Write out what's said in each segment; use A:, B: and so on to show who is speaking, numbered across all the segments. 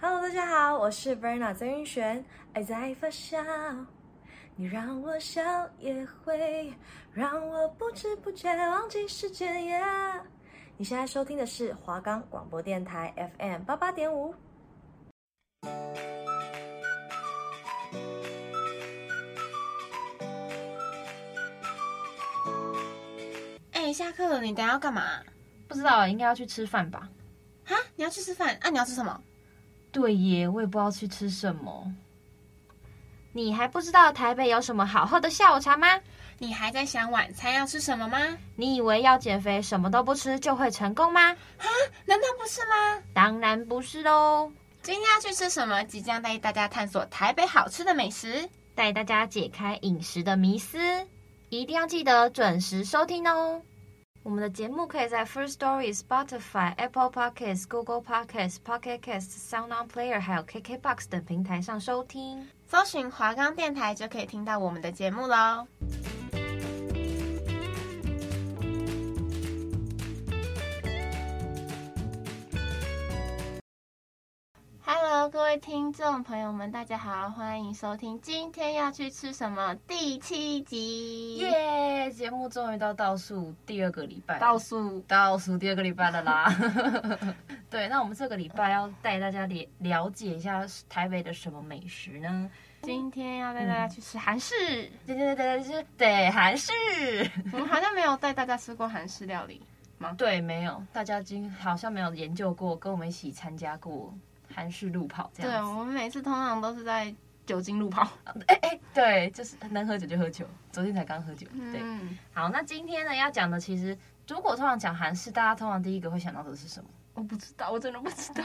A: Hello，大家好，我是 Verna 曾云璇，爱在发酵，你让我笑，也会让我不知不觉忘记时间耶。你现在收听的是华冈广播电台 FM 八八点五。
B: 哎、下课了，你等下要干嘛？
C: 不知道，应该要去吃饭吧？
B: 哈，你要去吃饭？啊，你要吃什么？
C: 对耶，我也不知道去吃什么。你还不知道台北有什么好喝的下午茶吗？
B: 你还在想晚餐要吃什么吗？
C: 你以为要减肥什么都不吃就会成功吗？
B: 难道不是吗？
C: 当然不是喽！
B: 今天要去吃什么？即将带大家探索台北好吃的美食。
C: 带大家解开饮食的迷思，一定要记得准时收听哦。我们的节目可以在 First Story、Spotify、Apple Podcasts、Google Podcasts、Pocket Casts、Sound On Player 还有 KKBox 等平台上收听。
B: 搜寻华冈电台就可以听到我们的节目喽。Hello，各位听众朋友们，大家好，欢迎收听今天要去吃什么第七集。
C: 耶、节目终于到倒数第二个礼拜了，
B: 倒数
C: 倒数第二个礼拜了啦。 对，那我们这个礼拜要带大家了了解一下台北的什么美食呢？
B: 今天要带大家去吃韩式，
C: 对对对对，就是对韩式。嗯
B: 我们好像没有带大家吃过韩式料理。
C: 对，没有，大家今好像没有研究过，跟我们一起参加过韩式路跑 这
B: 对，
C: 样子。
B: 我们每次通常都是在酒精路跑。
C: 哎哎、对，就是能喝酒就喝酒。昨天才刚喝酒。对，
B: 嗯，
C: 好，那今天呢要讲的其实，如果通常讲韩式，大家通常第一个会想到的是什么？
B: 我不知道，我真的不知道。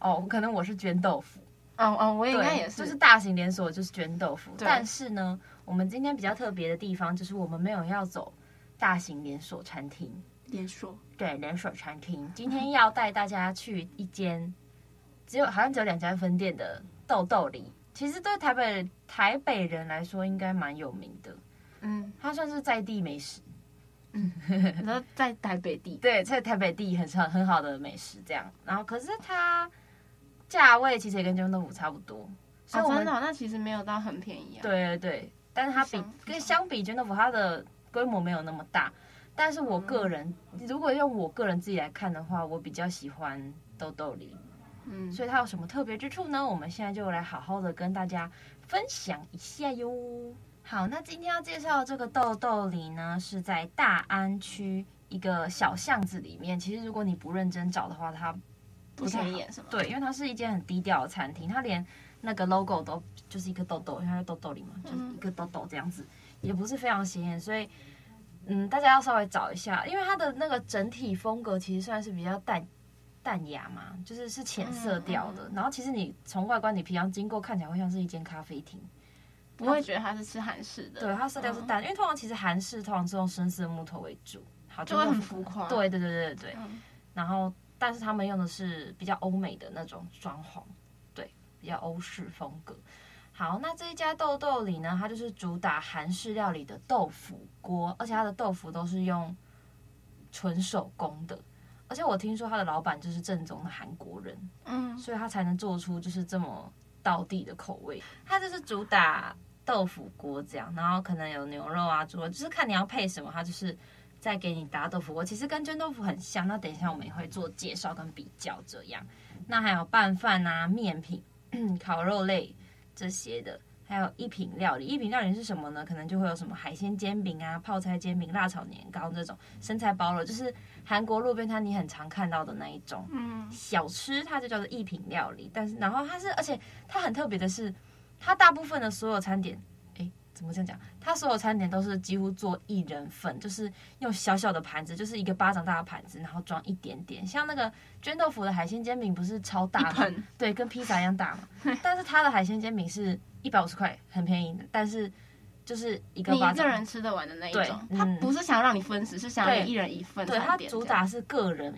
C: 哦，可能我是卷豆腐。
B: 哦哦，我应
C: 对，
B: 该也是，
C: 就是大型连锁就是卷豆腐。
B: 对
C: 但是呢，我们今天比较特别的地方就是我们没有要走大型连锁餐厅，
B: 连锁。
C: 对，连锁餐厅。今天要带大家去一间只有好像只有两家分店的豆豆里，其实对台北台北人来说应该蛮有名的，
B: 嗯，
C: 它算是在地美食，
B: 然后在台北地，
C: 对，在台北地很很很好的美食这样。然后可是它价位其实也跟卷豆腐差不多， 所
B: 哦
C: 以我们
B: 真的哦、那其实没有到很便宜啊。，
C: 对对对，但是它比
B: 相
C: 跟相比卷豆腐，它的规模没有那么大。但是我个人、
B: 嗯
C: 如果用我个人自己来看的话，我比较喜欢豆豆梨，
B: 嗯，
C: 所以它有什么特别之处呢？我们现在就来好好的跟大家分享一下哟。好，那今天要介绍的这个豆豆梨呢，是在大安区一个小巷子里面。其实如果你不认真找的话，它
B: 不
C: 太
B: 显
C: 好
B: 眼什么？，
C: 对，因为它是一间很低调的餐厅，它连那个 logo 都就是一个豆豆，因为它是豆豆里嘛，就是
B: 嗯
C: 一个豆豆这样子，也不是非常显眼，所以嗯，大家要稍微找一下，因为它的那个整体风格其实算是比较淡淡雅嘛，就是是
B: 嗯
C: 浅色调的。然后其实你从外观你平常经过看起来会像是一间咖啡厅，
B: 不会觉得它是吃韩式的。哦
C: 对，它色
B: 嗯
C: 调是淡，因为通常其实韩式通常是用深色木头为主，好
B: 就会很浮夸
C: 对对对对对，
B: 嗯
C: 然后但是他们用的是比较欧美的那种装潢，对，比较欧式风格。好，那这一家豆豆里呢，它就是主打韩式料理的豆腐锅，而且它的豆腐都是用纯手工的，而且我听说它的老板就是正宗的韩国人，
B: 嗯，
C: 所以它才能做出就是这么道地的口味。它就是主打豆腐锅这样，然后可能有牛肉啊、猪肉，就是看你要配什么，它就是再给你打豆腐锅。其实跟卷豆腐很像，那等一下我们也会做介绍跟比较这样。那还有拌饭啊、面品、 烤肉类这些的。还有一品料理，一品料理是什么呢？可能就会有什么海鲜煎饼啊、泡菜煎饼、辣炒年糕这种，生菜包了，就是韩国路边摊你很常看到的那一种。
B: 嗯，
C: 小吃，它就叫做一品料理。但是，然后它是，而且它很特别的是，它大部分的所有餐点，诶，怎么这样讲？它所有餐点都是几乎做一人份，就是用小小的盘子，就是一个巴掌大的盘子，然后装一点点。像那个卷豆腐的海鲜煎饼不是超大
B: 一
C: 吗？
B: 盆
C: 对，跟披萨一样大嘛。但是它的海鲜煎饼是一百五十块，很便宜，但是就是一个
B: 你
C: 巴
B: 一个
C: 掌。
B: 人吃得完的那一
C: 对
B: 种，
C: 嗯
B: 它不是想要让你分食，是想让
C: 对
B: 你一人一份
C: 对，
B: 餐
C: 它
B: 点
C: 主
B: 这样
C: 打是个人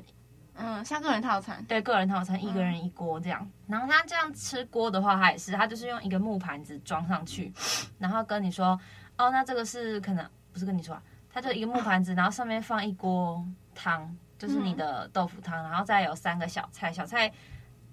B: 嗯，像个人套餐。
C: 对，个人套餐一个
B: 嗯
C: 人一锅这样。然后他这样吃锅的话，他也是，他就是用一个木盘子装上去，然后跟你说，哦，那这个是可能不是跟你说、啊，他就一个木盘子，然后上面放
B: 嗯
C: 一锅汤，就是你的豆腐汤，然后再有三个小菜，小菜。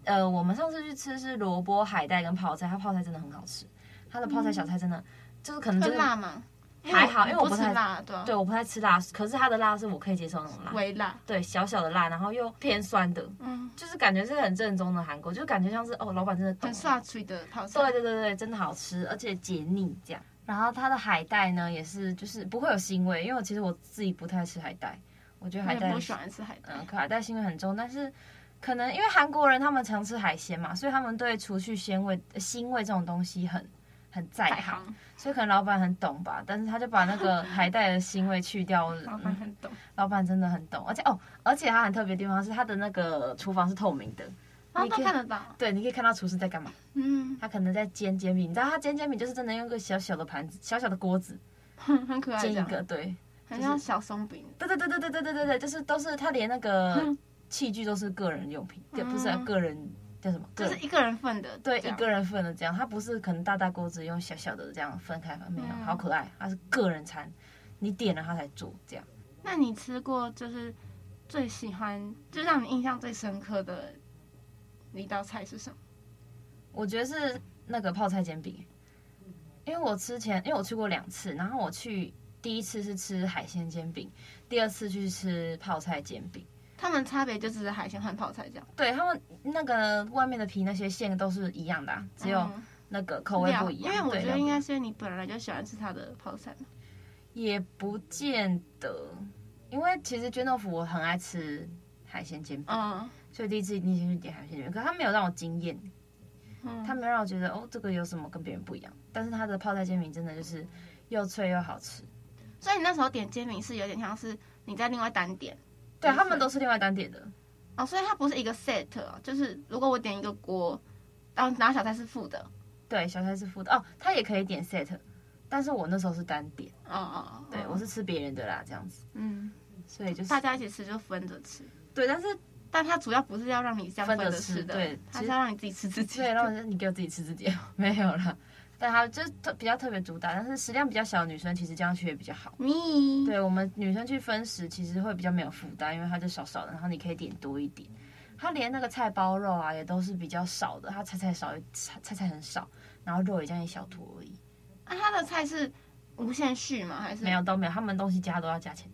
C: 呃，我们上次去吃是萝卜海带跟泡菜，它泡菜真的很好吃，它的泡菜小菜真的、就是可能就
B: 会
C: 是
B: 嗯辣吗？
C: 还好因为我
B: 不
C: 不
B: 吃
C: 太
B: 辣，对啊
C: 对我不太吃辣，可是它的辣是我可以接受那种辣，
B: 微辣，
C: 对小小的辣，然后又偏酸的，
B: 嗯，
C: 就是感觉是很正宗的韩国，就感觉像是哦，老板真的懂
B: 很。下嘴的泡菜。
C: 对对对对，真的好吃，而且解腻这样。然后它的海带呢，也是就是不会有腥味，因为我其实我自己不太吃海带，我觉得
B: 我
C: 海
B: 也
C: 带
B: 不喜欢吃海带。
C: 嗯，可海带腥味很重，但是可能因为韩国人他们常吃海鲜嘛，所以他们对除去鲜味、呃腥味这种东西很很在
B: 海
C: 行，
B: 航，
C: 所以可能老板很懂吧，但是他就把那 个海带的腥味去掉。
B: 老板
C: 嗯
B: 很懂。
C: 老板真的很懂，而且哦，而且他很特别的地方是他的那个厨房是透明的，
B: 然后
C: 你
B: 都
C: 可以
B: 看得到，
C: 对，你可以看到厨师在干嘛。
B: 嗯，
C: 他可能在煎煎饼，你知道他煎煎饼就是真的用一个小小的盘子、小小的锅子
B: 很很可爱，
C: 煎
B: 这
C: 一
B: 样，
C: 个，对，
B: 很像小松饼。
C: 对对对对对对对对对，就是都是他连那个
B: 嗯
C: 器具都是个人用品，对，不是
B: 嗯
C: 个人叫什么，
B: 就
C: 个
B: 是
C: 人
B: 一个人份的，
C: 对
B: 这
C: 一
B: 样
C: 个人份的这样，他不是可能大大锅子用小小的这样分开，没有，
B: 嗯
C: 好可爱，他是个人餐，你点了他才做这样。
B: 那你吃过就是最喜欢，就让你印象最深刻的一道菜是什么？
C: 我觉得是那个泡菜煎饼，因为我之前因为我去过两次，然后我去第一次是吃海鲜煎饼，第二次去吃泡菜煎饼。
B: 他们差别就只是海鲜换泡菜这样，
C: 对他们那个外面的皮那些馅都是一样的、啊，只有
B: 嗯
C: 那个口味不一
B: 料
C: 样。
B: 因为我
C: 对
B: 觉得应该是你本来就喜欢吃它的泡菜嘛，
C: 也不见得，因为其实卷豆腐我很爱吃海鲜煎饼，
B: 嗯
C: 所以第一次一定先去点海鲜煎饼。可他没有让我惊艳，
B: 嗯，
C: 他没有让我觉得哦这个有什么跟别人不一样。但是他的泡菜煎饼真的就是又脆又好吃。
B: 所以你那时候点煎饼是有点像是你在另外单点
C: 对
B: 没错
C: 他们都是另外单点的，
B: 哦，所以它不是一个 set 哦，就是如果我点一个锅，然后然后小菜是附的，
C: 对小菜是附的哦，他也可以点 set，但是我那时候是单点，
B: 哦哦，哦
C: 对我是吃别人的啦这样子，
B: 嗯，
C: 所以就是
B: 大家一起吃就分着吃。
C: 对，但是
B: 但它主要不是要让你这样
C: 分
B: 分
C: 着
B: 着
C: 吃
B: 吃的，
C: 对
B: 它
C: 其
B: 是
C: 实
B: 要让你自己吃自己的。
C: 对，然后我就你给我自己吃自己， 没有啦。但它就是特比较特别主打，但是食量比较小的女生其实这样去也比较好。
B: 咪，
C: 对我们女生去分食其实会比较没有负担，因为它就少少的，然后你可以点多一点。它连那个菜包肉啊也都是比较少的，它菜菜少一菜菜菜很少，然后肉也这样一小坨而已，
B: 那、啊它的菜是无限续吗？还是
C: 没有都没有，他们东西加都要加钱。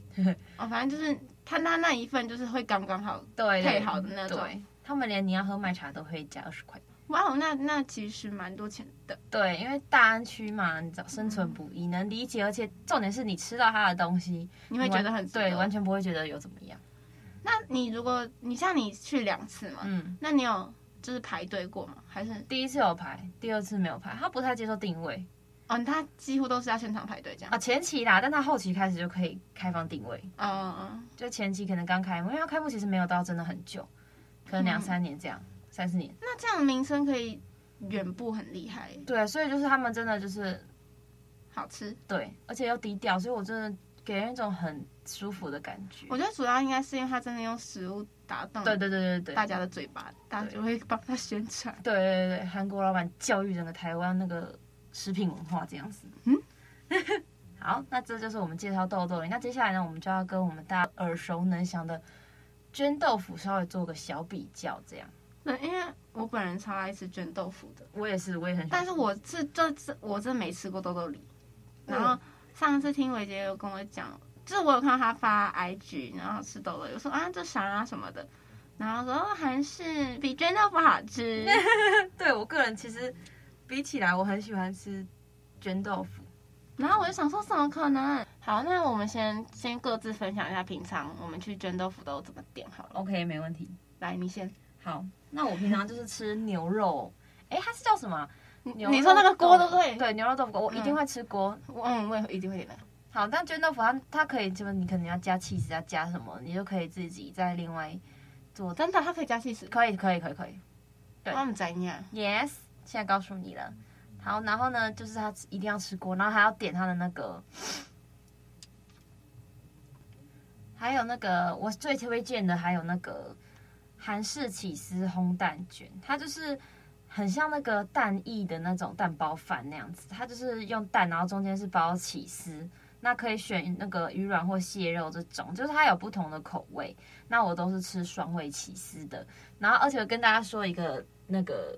B: 哦，反正就是它那那一份就是会刚刚好。
C: 对，
B: 配好的那种
C: 对，他们连你要喝麦茶都会加二十块。
B: 哇哦，那那其实蛮多钱的。
C: 对，因为大安区嘛，你知道生存不易，能理解，而且重点是你吃到它的东西，
B: 你会觉得很值得
C: 对，完全不会觉得有怎么样。
B: 那你如果你像你去两次嘛，
C: 嗯，
B: 那你有就是排队过吗？还是
C: 第一次有排，第二次没有排，他不太接受定位
B: 哦，他几乎都是要现场排队这样
C: 啊，？前期啦，但他后期开始就可以开放定位，
B: 嗯、哦，
C: 就前期可能刚开幕，因为他开幕其实没有到真的很久，可能两
B: 嗯
C: 三 年这样，三四年。
B: 那这样名声可以远部很厉害，
C: 对，所以就是他们真的就是
B: 好吃。
C: 对，而且又低调，所以我真的给人一种很舒服的感觉。
B: 我觉得主要应该是因为他真的用食物打动
C: 对对对对对，
B: 大家的嘴巴，大家就会帮他宣传。
C: 对对对对，韩国老板教育整个台湾那个食品文化这样子。嗯
B: 嗯，
C: 好，那这就是我们介绍豆豆林。那接下来呢，我们就要跟我们大家耳熟能详的绢豆腐稍微做个小比较，这样。
B: 对，因为我本人超爱吃卷豆腐的，
C: 我也是，我也很喜欢
B: 但是我是这次我真没吃过豆豆梨。然
C: 嗯
B: 后上次听伟杰有跟我讲，就是我有看到他发 IG，然后吃豆豆梨，我说啊这啥啊什么的，然后说哦韩式比卷豆腐好 吃。
C: 对我个人其实比起来，我很喜欢吃绢豆腐。
B: 然后我就想说，怎么可能？好，那我们先先各自分享一下平常我们去卷豆腐都怎么点好了。
C: OK，没问题。
B: 来，你先。
C: 好，那我平常就是吃牛肉，哎，它是叫什么啊？牛
B: 你说那个
C: 肉
B: 锅
C: 豆
B: 对不对
C: 对，牛肉豆腐锅，我一定会吃锅。
B: 我嗯，我也一定会点的。
C: 好，但卷豆腐它它可以，就是你可能要加 cheese 要加什么，你就可以自己再另外做。
B: 真的，它可以加气死。
C: 可以可以可以可以对
B: 我们啊怎样？
C: ，yes，现在告诉你了。好，然后呢，就是它一定要吃锅，然后还要点它的那个，还有那个我最推荐的还有那个韩式起司烘蛋卷，它就是很像那个蛋液的那种蛋包饭那样子，它就是用蛋，然后中间是包起司。那可以选那个鱼卵或蟹肉这种，就是它有不同的口味。那我都是吃双味起司的。然后，而且我跟大家说一个那个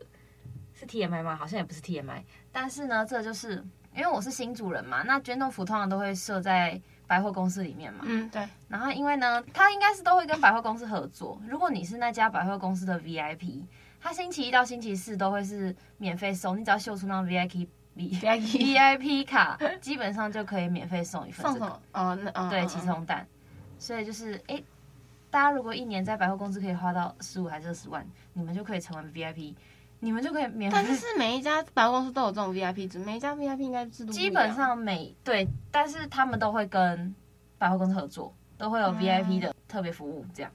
C: 是 TMI 吗？好像也不是 TMI，但是呢，这就是因为我是新主人嘛，那捐豆腐通常都会设在百货公司里面嘛，
B: 嗯，对，
C: 然后因为呢，他应该是都会跟百货公司合作。如果你是那家百货公司的 VIP，他星期一到星期四都会是免费送，你只要秀出那张 VIP
B: VIP
C: VIP 卡，基本上就可以免费送一份、
B: 送
C: 这
B: 什
C: 个。
B: 么？哦，那哦，
C: 对，
B: 嗯
C: 起重蛋。所以就是，诶，大家如果一年在百货公司可以花到十五还是二十万，你们就可以成为 VIP，你们就可以免费
B: 但是是每一家百货公司都有这种 VIP 制，每一家 VIP 应该制度不一
C: 基
B: 样
C: 本上每对，但是他们都会跟百货公司合作，都会有 VIP 的特别服务，这样。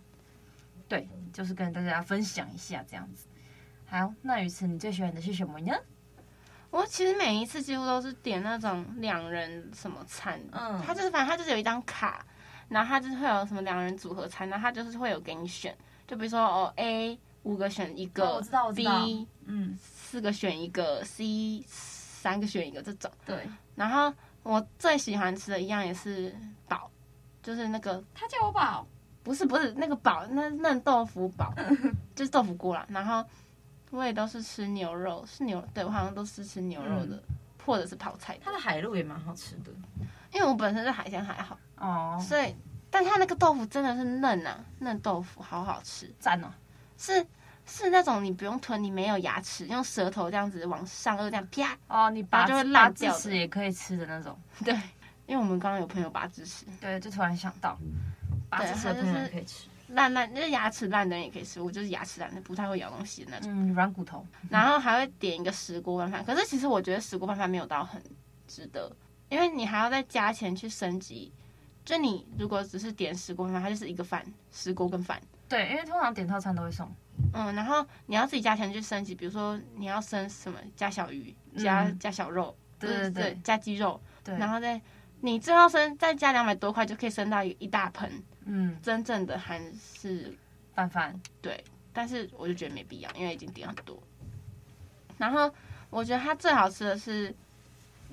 C: 对，就是跟大家分享一下这样子。好，那于此你最喜欢的是什么呢？
B: 我其实每一次几乎都是点那种两人什么餐，
C: 嗯
B: 它就是反正它就是有一张卡，然后它就是会有什么两人组合餐，然后它就是会有给你选，就比如说哦 A 五个选一个，
C: 哦我知道我知道
B: B
C: 嗯，
B: 四个选一个，C 三个选一个这种。
C: 对，
B: 然后我最喜欢吃的一样也是堡，就是那个
C: 他叫我宝。
B: 不是不是那个堡，那嫩豆腐堡， 就是豆腐锅啦。然后我也都是吃牛肉，是牛，对我好像都是吃牛肉的，或者是泡菜的
C: 它的海陆也蛮好吃的。
B: 因为我本身对海鲜还好，
C: 哦，
B: 所以但它那个豆腐真的是嫩啊，嫩豆腐好好吃，
C: 赞哦。
B: 是是那种你不用吞，你没有牙齿，用舌头这样子往上颚这样啪，
C: 哦，你
B: 它
C: 拔
B: 就会
C: 拔
B: 烂
C: 智
B: 掉的
C: 齿也可以吃的那种。
B: 对，因为我们刚刚有朋友拔智齿，
C: 对，就突然想到，拔
B: 对
C: 智齿的
B: 它
C: 朋友
B: 就是
C: 也可以吃。
B: 烂烂就是牙齿烂的人也可以吃，我就是牙齿烂的不太会咬东西的那种，
C: 嗯，软骨头。
B: 然后还会点一个石锅拌饭，可是其实我觉得石锅拌饭没有到很值得，因为你还要再加钱去升级。就你如果只是点石锅拌饭，它就是一个饭，石锅跟饭。
C: 对，因为通常点套餐都会送。
B: 嗯，然后你要自己加钱去升级，比如说你要升什么加小鱼、加、
C: 嗯
B: 加小肉，
C: 对
B: 不是
C: 对对
B: 加鸡肉，
C: 对，
B: 然后再你最后升再加两百多块就可以升到一一大盆
C: 嗯，
B: 真正的韩式，
C: 拌饭。
B: 但是我就觉得没必要，因为已经点很多。然后我觉得它最好吃的是，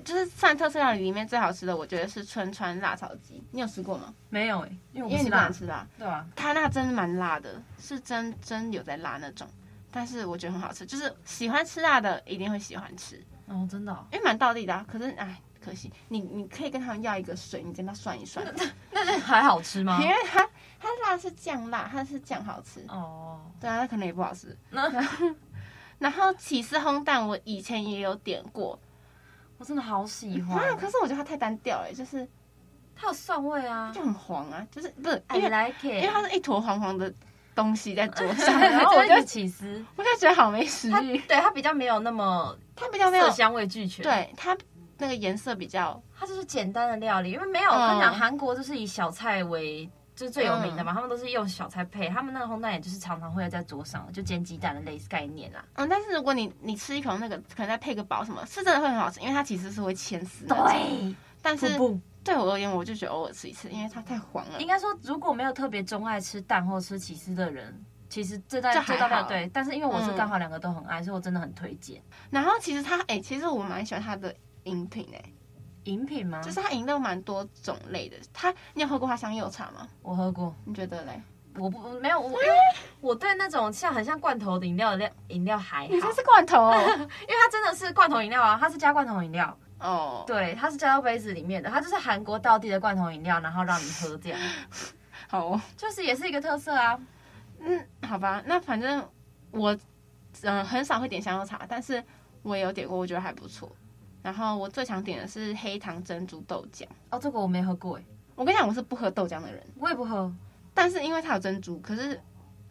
B: 就是算特色料理里面最好吃的，我觉得是春川辣炒鸡，你有吃过吗？
C: 没有哎、因为我
B: 因为
C: 不
B: 你
C: 吃
B: 不
C: 辣
B: 敢，吃辣，
C: 对啊，
B: 它那真的蛮辣的，是真真有在辣那种，但是我觉得很好吃，就是喜欢吃辣的一定会喜欢吃，
C: 哦，真的、哦，
B: 因为蛮道地的、啊。可是哎，可惜你你可以跟他们要一个水，你跟他算一 算，
C: 那这还好吃吗
B: 因为它它辣是酱辣，它是酱好吃，
C: 哦，
B: 对啊，那可能也不好吃。
C: 那
B: 然后起司烘蛋我以前也有点过，
C: 我真的好喜欢。
B: 啊，可是我觉得它太单调了、就是
C: 它有蒜味啊
B: 就很黄啊，就是不是
C: ，I
B: 因为、
C: like
B: 因为它
C: it。
B: 是一坨黄黄的东西在 桌上，然
C: 然
B: 后
C: 后
B: 我
C: 我
B: 就
C: 就起司，
B: 我就觉得好没食
C: 它
B: 欲，
C: 对它比较没有那么
B: 它比较没有
C: 色香味俱全，，
B: 对它那个颜色比较，
C: 它就是简单的料理，因为没有。我
B: 嗯
C: 跟你讲，韩国就是以小菜为就是最有名的嘛，他们都是用小菜配，他们那个烘蛋也就是常常会在桌上，就煎鸡蛋的类似概念啊啦。
B: 嗯，但是如果你你吃一口那个，可能再配个薄什么，是真的会很好吃，因为它其实是会牵丝那种。
C: 对，
B: 但是
C: 不不，
B: 对我而言，我就觉得偶尔吃一次，因为它太黄了
C: 应。该说如果没有特别钟爱吃蛋或吃起司的人。其实这道
B: 这
C: 这
B: 还
C: 道料
B: 好
C: 对，但是因为我是
B: 嗯
C: 刚好两个都很爱，所以我真的很推荐。
B: 然后其实它，哎、其实我蛮喜欢它的饮品、哎，
C: 饮品吗？
B: 就是它饮料蛮多种类的。它，你有喝过它香柚茶吗？
C: 我喝过，
B: 你觉得嘞？
C: 我不没有我，因为我对那种像很像罐头的饮料的料饮料还好，因
B: 你
C: 为
B: 这是罐头哦
C: 它真的是罐头饮料啊，它是加罐头饮料，
B: 哦，
C: 对，它是加到杯子里面的，它就是韩国道地的罐头饮料，然后让你喝 这样，
B: 好哦，
C: 就是也是一个特色啊。
B: 嗯，好吧，那反正我嗯、呃很少会点香油茶，但是我也有点过，我觉得还不错。然后我最常点的是黑糖珍珠豆浆。
C: 哦，这个我没喝过哎，
B: 我跟你讲，我是不喝豆浆的人，
C: 我也不喝，
B: 但是因为它有珍珠，可是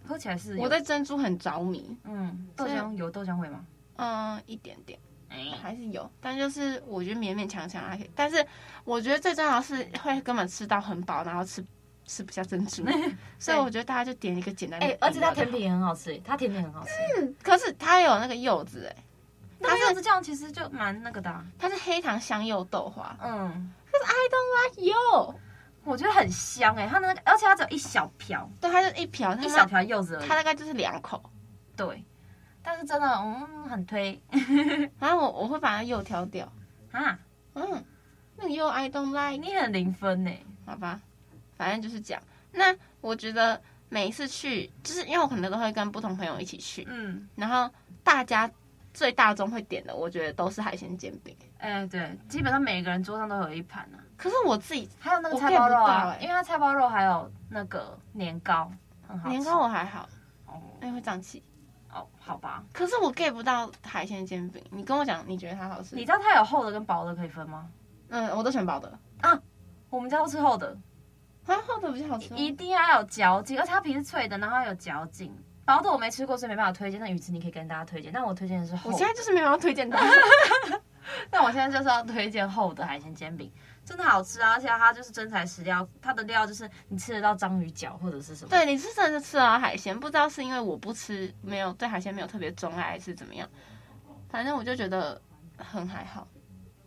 C: 喝起来是有
B: 我对珍珠很着迷，
C: 嗯豆
B: 所以
C: 浆有豆浆味吗？
B: 嗯，一点点
C: 哎，
B: 还是有，但就是我觉得勉勉强强还可以。但是我觉得最重要的是会根本吃到很饱，然后吃吃不下珍 珠，所以我觉得大家就点一个简单的饮料就好。
C: 哎而且它甜品也很好吃哎，它甜品很好吃，
B: 可是它有那个柚子哎、
C: 那个柚子酱其实就蛮那个的啊，
B: 它是黑糖香柚豆花，
C: 嗯，
B: 哎呦，
C: 我觉得很香哎，它那个而且它只有一小瓢，
B: 对，它就一瓢，它
C: 一小瓢柚子而已
B: 它，大概就是两口。
C: 对，但是真的嗯很推
B: 然后我我会把它柚挑掉，
C: 啊。
B: 嗯，那个柚
C: 欸
B: I don't like，
C: 你很零分呢、
B: 好吧，反正就是这样。那我觉得每一次去，就是因为我可能都会跟不同朋友一起去，
C: 嗯，
B: 然后大家最大众会点的，我觉得都是海鲜煎饼。
C: 哎、对，基本上每个人桌上都有一盘啊。
B: 可是我自己
C: 还有那个
B: 我
C: 菜
B: get
C: 包
B: 不
C: 肉
B: 到
C: 啊，
B: 欸
C: 因为它菜包肉还有那个年糕，很好吃。
B: 年糕我还好，
C: 哦
B: 因为会胀气。
C: 哦，好吧。
B: 可是我 get 不到海鲜煎饼，你跟我讲你觉得它好吃
C: 你？知道它有厚的跟薄的可以分吗？
B: 嗯，我都选薄的，
C: 我们家都吃厚的，
B: 啊，厚的比较好吃吗。
C: 一定要有嚼劲，而且它皮是脆的，然后有嚼劲。薄的我没吃过，所以没办法推荐。那鱼翅你可以跟大家推荐，但我推荐的是厚
B: 我
C: 的。
B: 现在就是没办法推荐它。
C: 但我现在就是要推荐厚的海鲜煎饼，真的好吃啊！而且它就是真材实料，它的料就是你吃得到章鱼脚或者是什么。
B: 对，你是真的吃了海鲜，不知道是因为我不吃，没有对海鲜没有特别钟爱，还是怎么样？反正我就觉得很还好。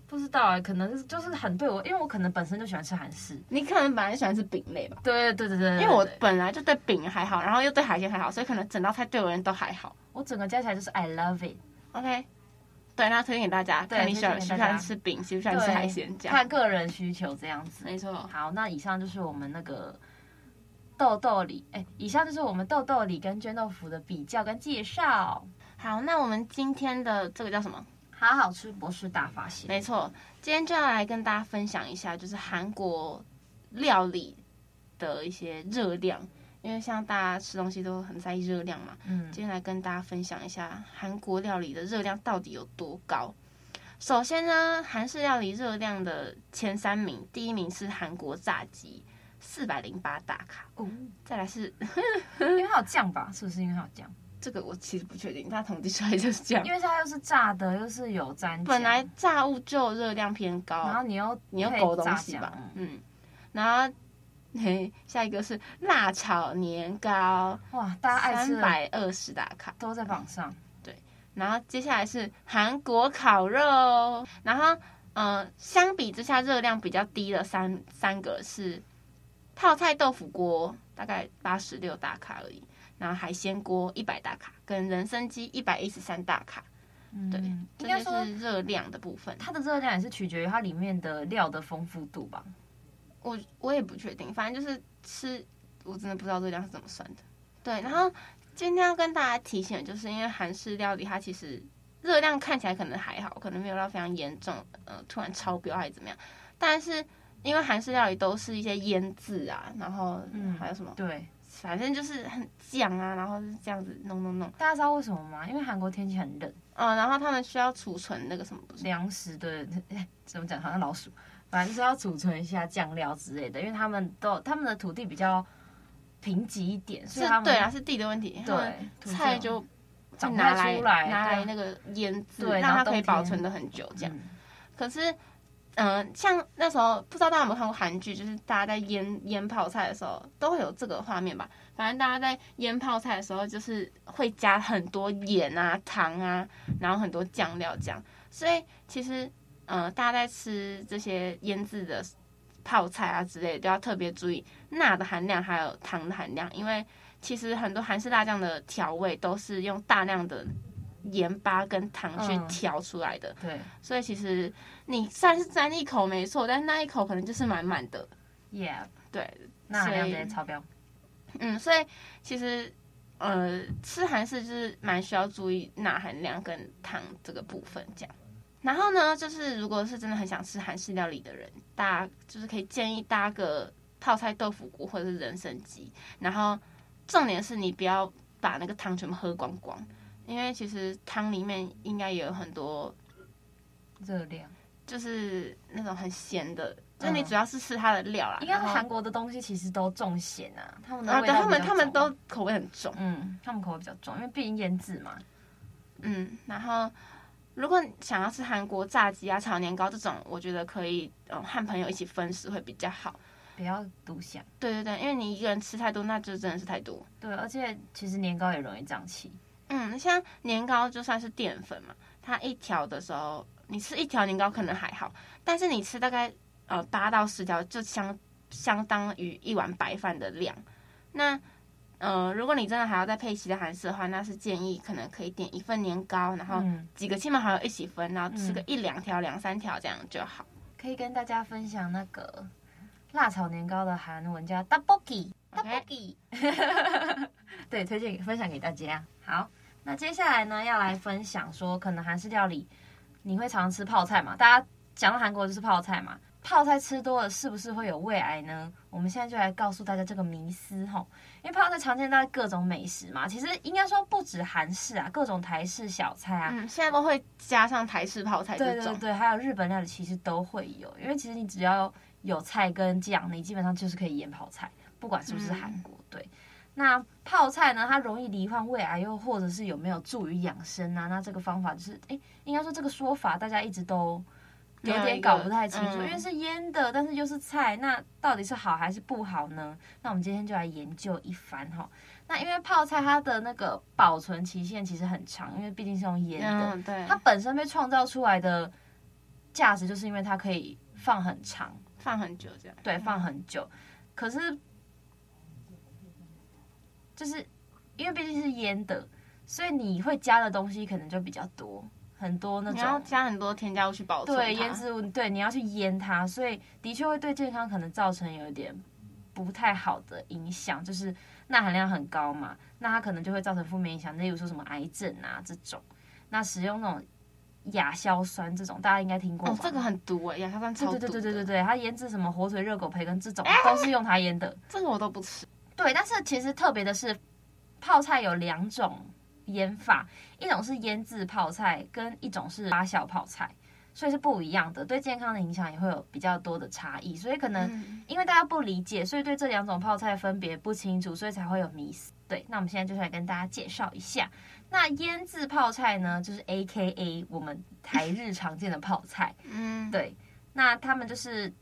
C: 不知道哎、可能是就是很对我，因为我可能本身就喜欢吃韩式。
B: 你可能本来喜欢吃饼类吧，
C: 对对对对对
B: 因
C: 对
B: 为我本来就对饼还好，然后又对海鲜还好，所以可能整道菜对我人都还好。
C: 我整个加起来就是 I love it。
B: OK，对，那推荐给大家，
C: 对
B: 看你喜欢
C: 推
B: 喜
C: 荐
B: 不喜
C: 给大
B: 欢
C: 家
B: 吃饼，喜不喜欢吃海鲜，这样
C: 看个人需求这样子。
B: 没错。
C: 好，那以上就是我们那个豆豆里，哎、以上就是我们豆豆里跟卷豆腐的比较跟介绍。
B: 好，那我们今天的这个叫什么？
C: 好好吃博士大发现，
B: 没错，今天就要来跟大家分享一下，就是韩国料理的一些热量，因为像大家吃东西都很在意热量嘛。
C: 嗯，
B: 今天来跟大家分享一下韩国料理的热量到底有多高。首先呢，韩式料理热量的前三名，第一名是韩国炸鸡，四百零八大卡，
C: 哦，
B: 再来是
C: 因为它有酱吧？是不是因为它有酱？
B: 这个我其实不确定，它统计出来就是这样
C: 因。为它又是炸的，又是有沾酱，
B: 本来炸物就热量偏高，
C: 然后你又
B: 你要
C: 配
B: 狗东
C: 炸
B: 西
C: 酱
B: 吧，
C: 嗯
B: 嗯，然后嘿，下一个是辣炒年糕，
C: 哇，大家爱吃
B: 三
C: 的
B: 百二十大卡，
C: 都在榜上，
B: 然后接下来是韩国烤肉，然后嗯、呃相比之下热量比较低的三三个是泡菜豆腐锅，大概八十六大卡而已，然后海鲜锅一百大卡，跟人参鸡一百一十三大卡，
C: 嗯
B: 对，
C: 应
B: 这
C: 该
B: 就
C: 说
B: 是热量的部分。
C: 它的热量也是取决于它里面的料的丰富度吧。
B: 我我也不确定，反正就是吃，我真的不知道热量是怎么算的。对，然后今天要跟大家提醒，就是因为韩式料理它其实热量看起来可能还好，可能没有到非常严重，呃，突然超标还是怎么样，但是。因为韩式料理都是一些腌制啊，然后
C: 嗯
B: 还有什么，
C: 对，
B: 反正就是很酱啊，然后是这样子弄弄弄，
C: 大家知道为什么吗？因为韩国天气很冷，
B: 嗯，然后他们需要储存那个什么，不是
C: 粮食的 怎么讲，好像老鼠，反正就是要储存一下酱料之类的，因为他们都他们的土地比较贫瘠一点，所
B: 是
C: 以他们
B: 对啊，是地的问题，他们
C: 对土地
B: 菜就
C: 长不
B: 拿
C: 太
B: 来
C: 出来，
B: 拿来
C: 对啊
B: 那个腌制，
C: 对
B: 让
C: 然
B: 它
C: 后
B: 可以
C: 冬天
B: 保存的很久这样。
C: 嗯
B: 可是，嗯、像那时候不知道大家有没有看过韩剧，就是大家在腌腌泡菜的时候都会有这个画面吧？反正大家在腌泡菜的时候，就是会加很多盐啊、糖啊，然后很多酱料这样。所以其实，嗯、大家在吃这些腌制的泡菜啊之类的，都要特别注意钠的含量还有糖的含量，因为其实很多韩式辣酱的调味都是用大量的盐巴跟糖去
C: 嗯
B: 调出来的。
C: 对
B: 所以其实嗯你算是沾一口没错，但是那一口可能就是满满的。
C: ，Yeah，
B: 对，
C: 那
B: 所以
C: 量直接超标。
B: 嗯，所以其实呃，吃韩式就是蛮需要注意钠含量跟糖这个部分这样。然后呢，就是如果是真的很想吃韩式料理的人，大家就是可以建议搭个泡菜豆腐锅或者是人参鸡。然后重点是你不要把那个汤全部喝光光，因为其实汤里面应该也有很多
C: 热量
B: 就是那种很咸的，
C: 嗯
B: 就你主要是吃它的料啦。
C: 应该是
B: 然后
C: 韩国的东西其实都重咸啊，他们的
B: 啊，
C: 味
B: 对
C: 道
B: 他们
C: 比较
B: 他们
C: 重
B: 都口味很重，
C: 嗯，他们口味比较重，因为毕竟腌制嘛。
B: 嗯，然后如果想要吃韩国炸鸡啊、炒年糕这种，我觉得可以嗯和朋友一起分食会比较好。
C: 不要独享。
B: 对对对，因为你一个人吃太多，那就真的是太多。
C: 对，而且其实年糕也容易胀气。
B: 嗯，像年糕就算是淀粉嘛，它一条的时候，你吃一条年糕可能还好，但是你吃大概呃八到十条，就相相当于一碗白饭的量。那呃，如果你真的还要再配其他韩式的话，那是建议可能可以点一份年糕，然后
C: 嗯，
B: 几个亲朋好友一起分，然后吃个
C: 嗯
B: 一两条、两三条这样就好。
C: 可以跟大家分享那个辣炒年糕的韩文叫 d a b o g i
B: OK，
C: Tteokbokki 对，推荐给分享给大家。好，那接下来呢，要来分享说，可能韩式料理你会常吃泡菜嘛？大家讲到韩国就是泡菜嘛，泡菜吃多了是不是会有胃癌呢？我们现在就来告诉大家这个迷思吼，因为泡菜常见在各种美食嘛，其实应该说不止韩式啊，各种台式小菜啊，
B: 嗯，现在都会加上台式泡菜
C: 对
B: 这
C: 对
B: 种，
C: 对，还有日本料理其实都会有，因为其实你只要有菜跟酱，你基本上就是可以腌泡菜，不管是
B: 嗯
C: 不是韩国。对，那泡菜呢，它容易罹患胃癌，又或者是有没有助于养生啊？那这个方法就是，诶，应该说这个说法大家一直都。有
B: 没有
C: 点
B: 一
C: 搞
B: 个
C: 不太清楚，
B: 嗯
C: 因为是腌的，但是又是菜，那到底是好还是不好呢？那我们今天就来研究一番哈。那因为泡菜它的那个保存期限其实很长，因为毕竟是用腌的，
B: 嗯，对，
C: 它本身被创造出来的价值，就是因为它可以放很长，
B: 放很久这样，
C: 对，放很久。可是，就是因为毕竟是腌的，所以你会加的东西可能就比较多，很多那
B: 你要
C: 种
B: 加很多添加物去保存它
C: 对腌制物，对，你要去腌它，所以的确会对健康可能造成有一点不太好的影响，就是钠含量很高嘛，那它可能就会造成负面影响，例如说什么癌症啊这种。那使用那种亚硝酸这种，大家应该听过吧？
B: 哦，这个很毒哎，亚硝酸
C: 对
B: 超毒的，
C: 对
B: 哎
C: 对对对对对，它腌制什么火腿、热狗培根这种，都是用它腌的。
B: 这个我都不吃，
C: 对，但是其实特别的是，泡菜有两种腌法，一种是腌制泡菜，跟一种是发酵泡菜，所以是不一样的，对健康的影响也会有比较多的差异。所以可能
B: 嗯，
C: 因为大家不理解，所以对这两种泡菜分别不清楚，所以才会有迷思。对，那我们现在就是来跟大家介绍一下，那腌制泡菜呢，就是 A K A 我们台日常见的泡菜。
B: 嗯，
C: 对，那他们就是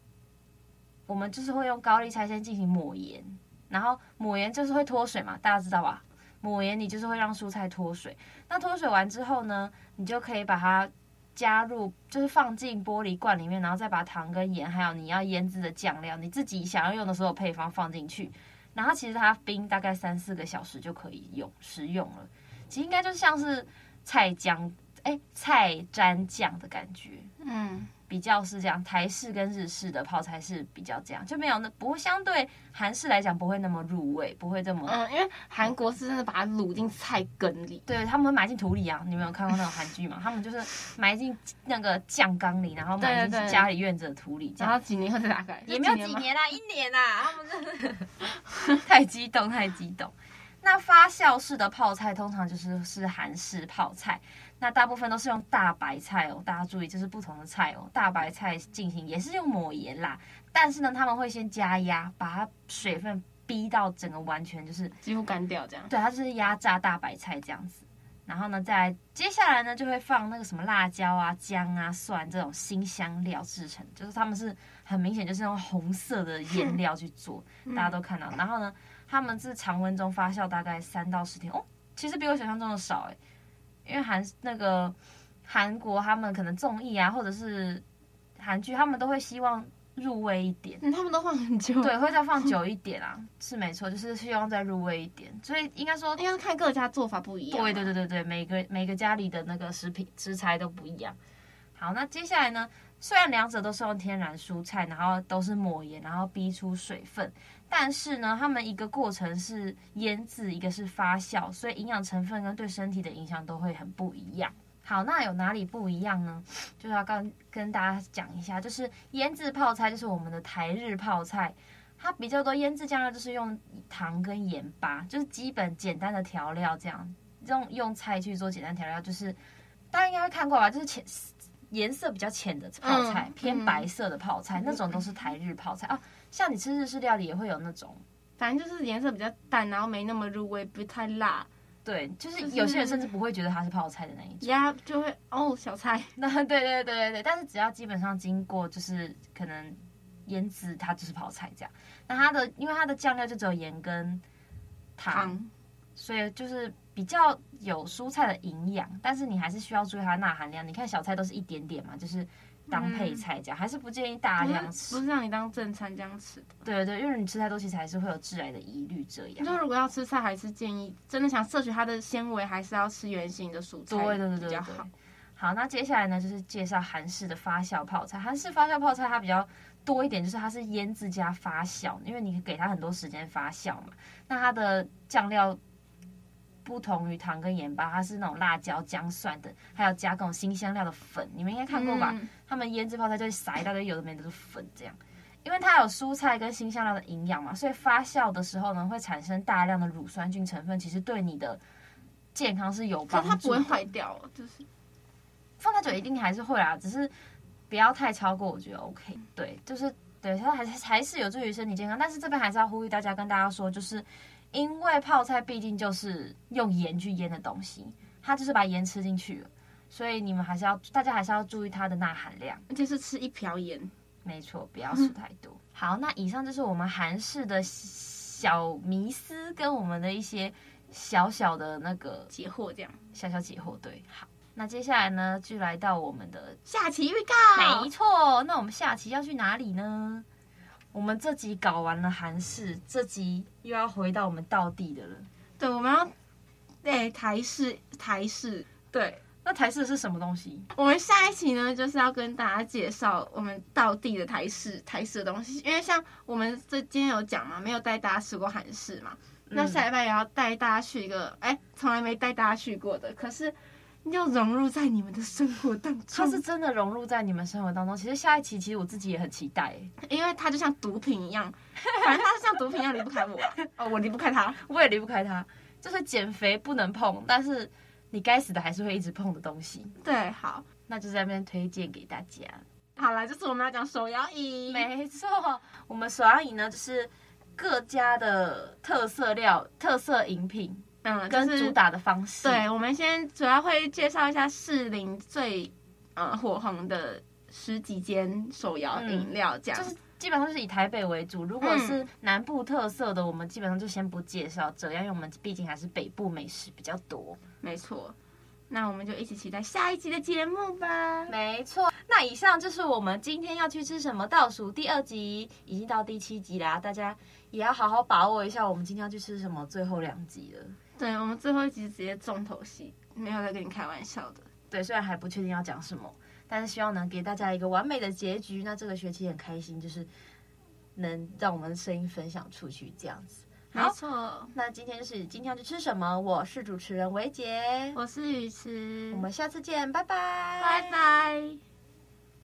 C: 我们就是会用高丽菜先进行抹盐，然后抹盐就是会脱水嘛，大家知道吧？抹盐你就是会让蔬菜脱水。那脱水完之后呢，你就可以把它加入，就是放进玻璃罐里面，然后再把糖跟盐还有你要腌制的酱料，你自己想要用的所有配方放进去。然后其实它冰大概三四个小时就可以用食用了。其实应该就像是菜浆，哎，菜沾酱的感觉。
B: 嗯，
C: 比较是这样，台式跟日式的泡菜是比较这样，就没有那不会相对韩式来讲不会那么入味，不会这么、
B: 嗯，因为韩国是真的把它卤进菜根里，
C: 对他们会埋进土里啊。你们有看过那种韩剧吗？他们就是埋进那个酱缸里，然后埋
B: 对
C: 进
B: 对对
C: 家里院子的土里这
B: 然
C: 样。
B: 后几年后再打开，
C: 也没有几
B: 吗，
C: 年啦、一年啦、他们 真的太激动，太激动。那发酵式的泡菜通常就是是韩式泡菜，那大部分都是用大白菜哦，大家注意，这是不同的菜哦。大白菜进行也是用抹盐啦，但是呢，他们会先加压，把它水分逼到整个完全就是
B: 几乎干掉这样，
C: 对，它就是压榨大白菜这样子。然后呢，再来接下来呢，就会放那个什么辣椒啊、姜啊、蒜这种新香料制成，就是他们是很明显就是用红色的腌料去做，大家都看到。然后呢，他们是常温中发酵大概三到十天，哦，其实比我想象中的少诶，因为韩那个韩国他们可能综艺啊，或者是韩剧，他们都会希望入味一点。
B: 嗯，他们都放很久，
C: 对，会再放久一点啊，是没错，就是希望再入味一点，所以应该说
B: 应该是看各家做法不一样啊嘛，
C: 对对对对对，每个每个家里的那个食品食材都不一样。好，那接下来呢？虽然两者都是用天然蔬菜，然后都是抹盐，然后逼出水分，但是呢，它们一个过程是腌制，一个是发酵，所以营养成分跟对身体的影响都会很不一样。好，那有哪里不一样呢？就是要跟跟大家讲一下，就是腌制泡菜，就是我们的台日泡菜，它比较多腌制酱料，就是用糖跟盐巴，就是基本简单的调料这样，用用菜去做简单调料，就是大家应该会看过吧，就是浅颜色比较浅的泡菜，
B: 嗯
C: 偏白色的泡菜，
B: 嗯
C: 那种都是台日泡菜啊。像你吃日式料理也会有那种，
B: 反正就是颜色比较淡，然后没那么入味，不太辣，
C: 对，就是
B: 就是
C: 有些人甚至不会觉得它是泡菜的那一种。
B: 呀就会哦小菜，
C: 那对对对对对，但是只要基本上经过就是可能腌制，它就是泡菜这样。那它的因为它的酱料就只有盐跟糖，
B: 糖，
C: 所以就是比较有蔬菜的营养，但是你还是需要注意它的钠含量。你看小菜都是一点点嘛，就是当配菜这样，还是不建议大量
B: 不是
C: 吃
B: 不。是让你当正餐这样吃的。
C: 对对，因为你吃太多其实还是会有致癌的疑虑这样。
B: 就如果要吃菜，还是建议真的想摄取它的纤维，还是要吃圆形的蔬菜，
C: 对对对
B: 比
C: 对对
B: 较好。。
C: 好，那接下来呢就是介绍韩式的发酵泡菜。韩式发酵泡菜它比较多一点，就是它是腌制加发酵，因为你给它很多时间发酵嘛。那它的酱料不同于糖跟盐巴，它是那种辣椒、姜、蒜等，还有加各种新香料的粉。你们应该看过吧？
B: 嗯
C: 他们腌制泡菜就会撒一大堆有的没的都是粉这样。因为它有蔬菜跟新香料的营养嘛，所以发酵的时候呢，会产生大量的乳酸菌成分，其实对你的健康是有
B: 可
C: 帮
B: 是
C: 助
B: 它
C: 的。
B: 不会坏掉，就是
C: 放太久一定还是会啦，只是不要太超过，我觉得 OK。对，就是对，它还是还是有助于身体健康，但是这边还是要呼吁大家跟大家说，就是因为泡菜毕竟就是用盐去腌的东西，它就是把盐吃进去了，所以你们还是要大家还是要注意它的钠含量。
B: 而且是吃一瓢盐，
C: 没错，不要吃太多。 好，那以上就是我们韩式的小迷思跟我们的一些小小的那个
B: 解惑这样。
C: 小小解惑。对，好，那接下来呢，就来到我们的
B: 下期预告
C: 没，错，那我们下期要去哪里呢？我们这集搞完了韩式，这集又要回到我们道地的了。
B: 对，我们要对台式台式。
C: 对，那台式是什么东西？
B: 我们下一期呢，就是要跟大家介绍我们道地的台式台式的东西，因为像我们这今天有讲嘛，没有带大家吃过韩式嘛，那下礼拜也要带大家去一个，哎、从来没带大家去过的，可是要融入在你们的生活当中，
C: 它是真的融入在你们生活当中。其实下一期，其实我自己也很期待耶。
B: 因为它就像毒品一样，反正它就像毒品一样离不开我、啊， 哦，我离不开它，
C: 我也离不开它，就是减肥不能碰，但是你该死的还是会一直碰的东西。
B: 对，好，
C: 那就在那边推荐给大家。
B: 好啦，就是我们要讲手摇椅，
C: 没错，我们手摇饮呢，就是各家的特色料、特色饮品
B: 嗯，就
C: 跟主
B: 是
C: 打的方式。
B: 对，我们先主要会介绍一下士林最呃火红的十几间手摇饮料这样。
C: 嗯就是基本上就是以台北为主。如果是南部特色的，我们基本上就先不介绍这样，因为我们毕竟还是北部美食比较多。
B: 没错。那我们就一起期待下一集的节目吧。
C: 没错，那以上就是我们今天要去吃什么倒数第二集，已经到第七集啦，大家也要好好把握一下我们今天要去吃什么最后两集了。
B: 对我们最后一集直接重头戏，没有在跟你开玩笑的。
C: 对，虽然还不确定要讲什么，但是希望能给大家一个完美的结局。那这个学期很开心，就是能让我们的声音分享出去这样子。
B: 没错，
C: 那今天就是今天要去吃什么？我是主持人维杰，
B: 我是雨慈，
C: 我们下次见，拜拜，
B: 拜拜。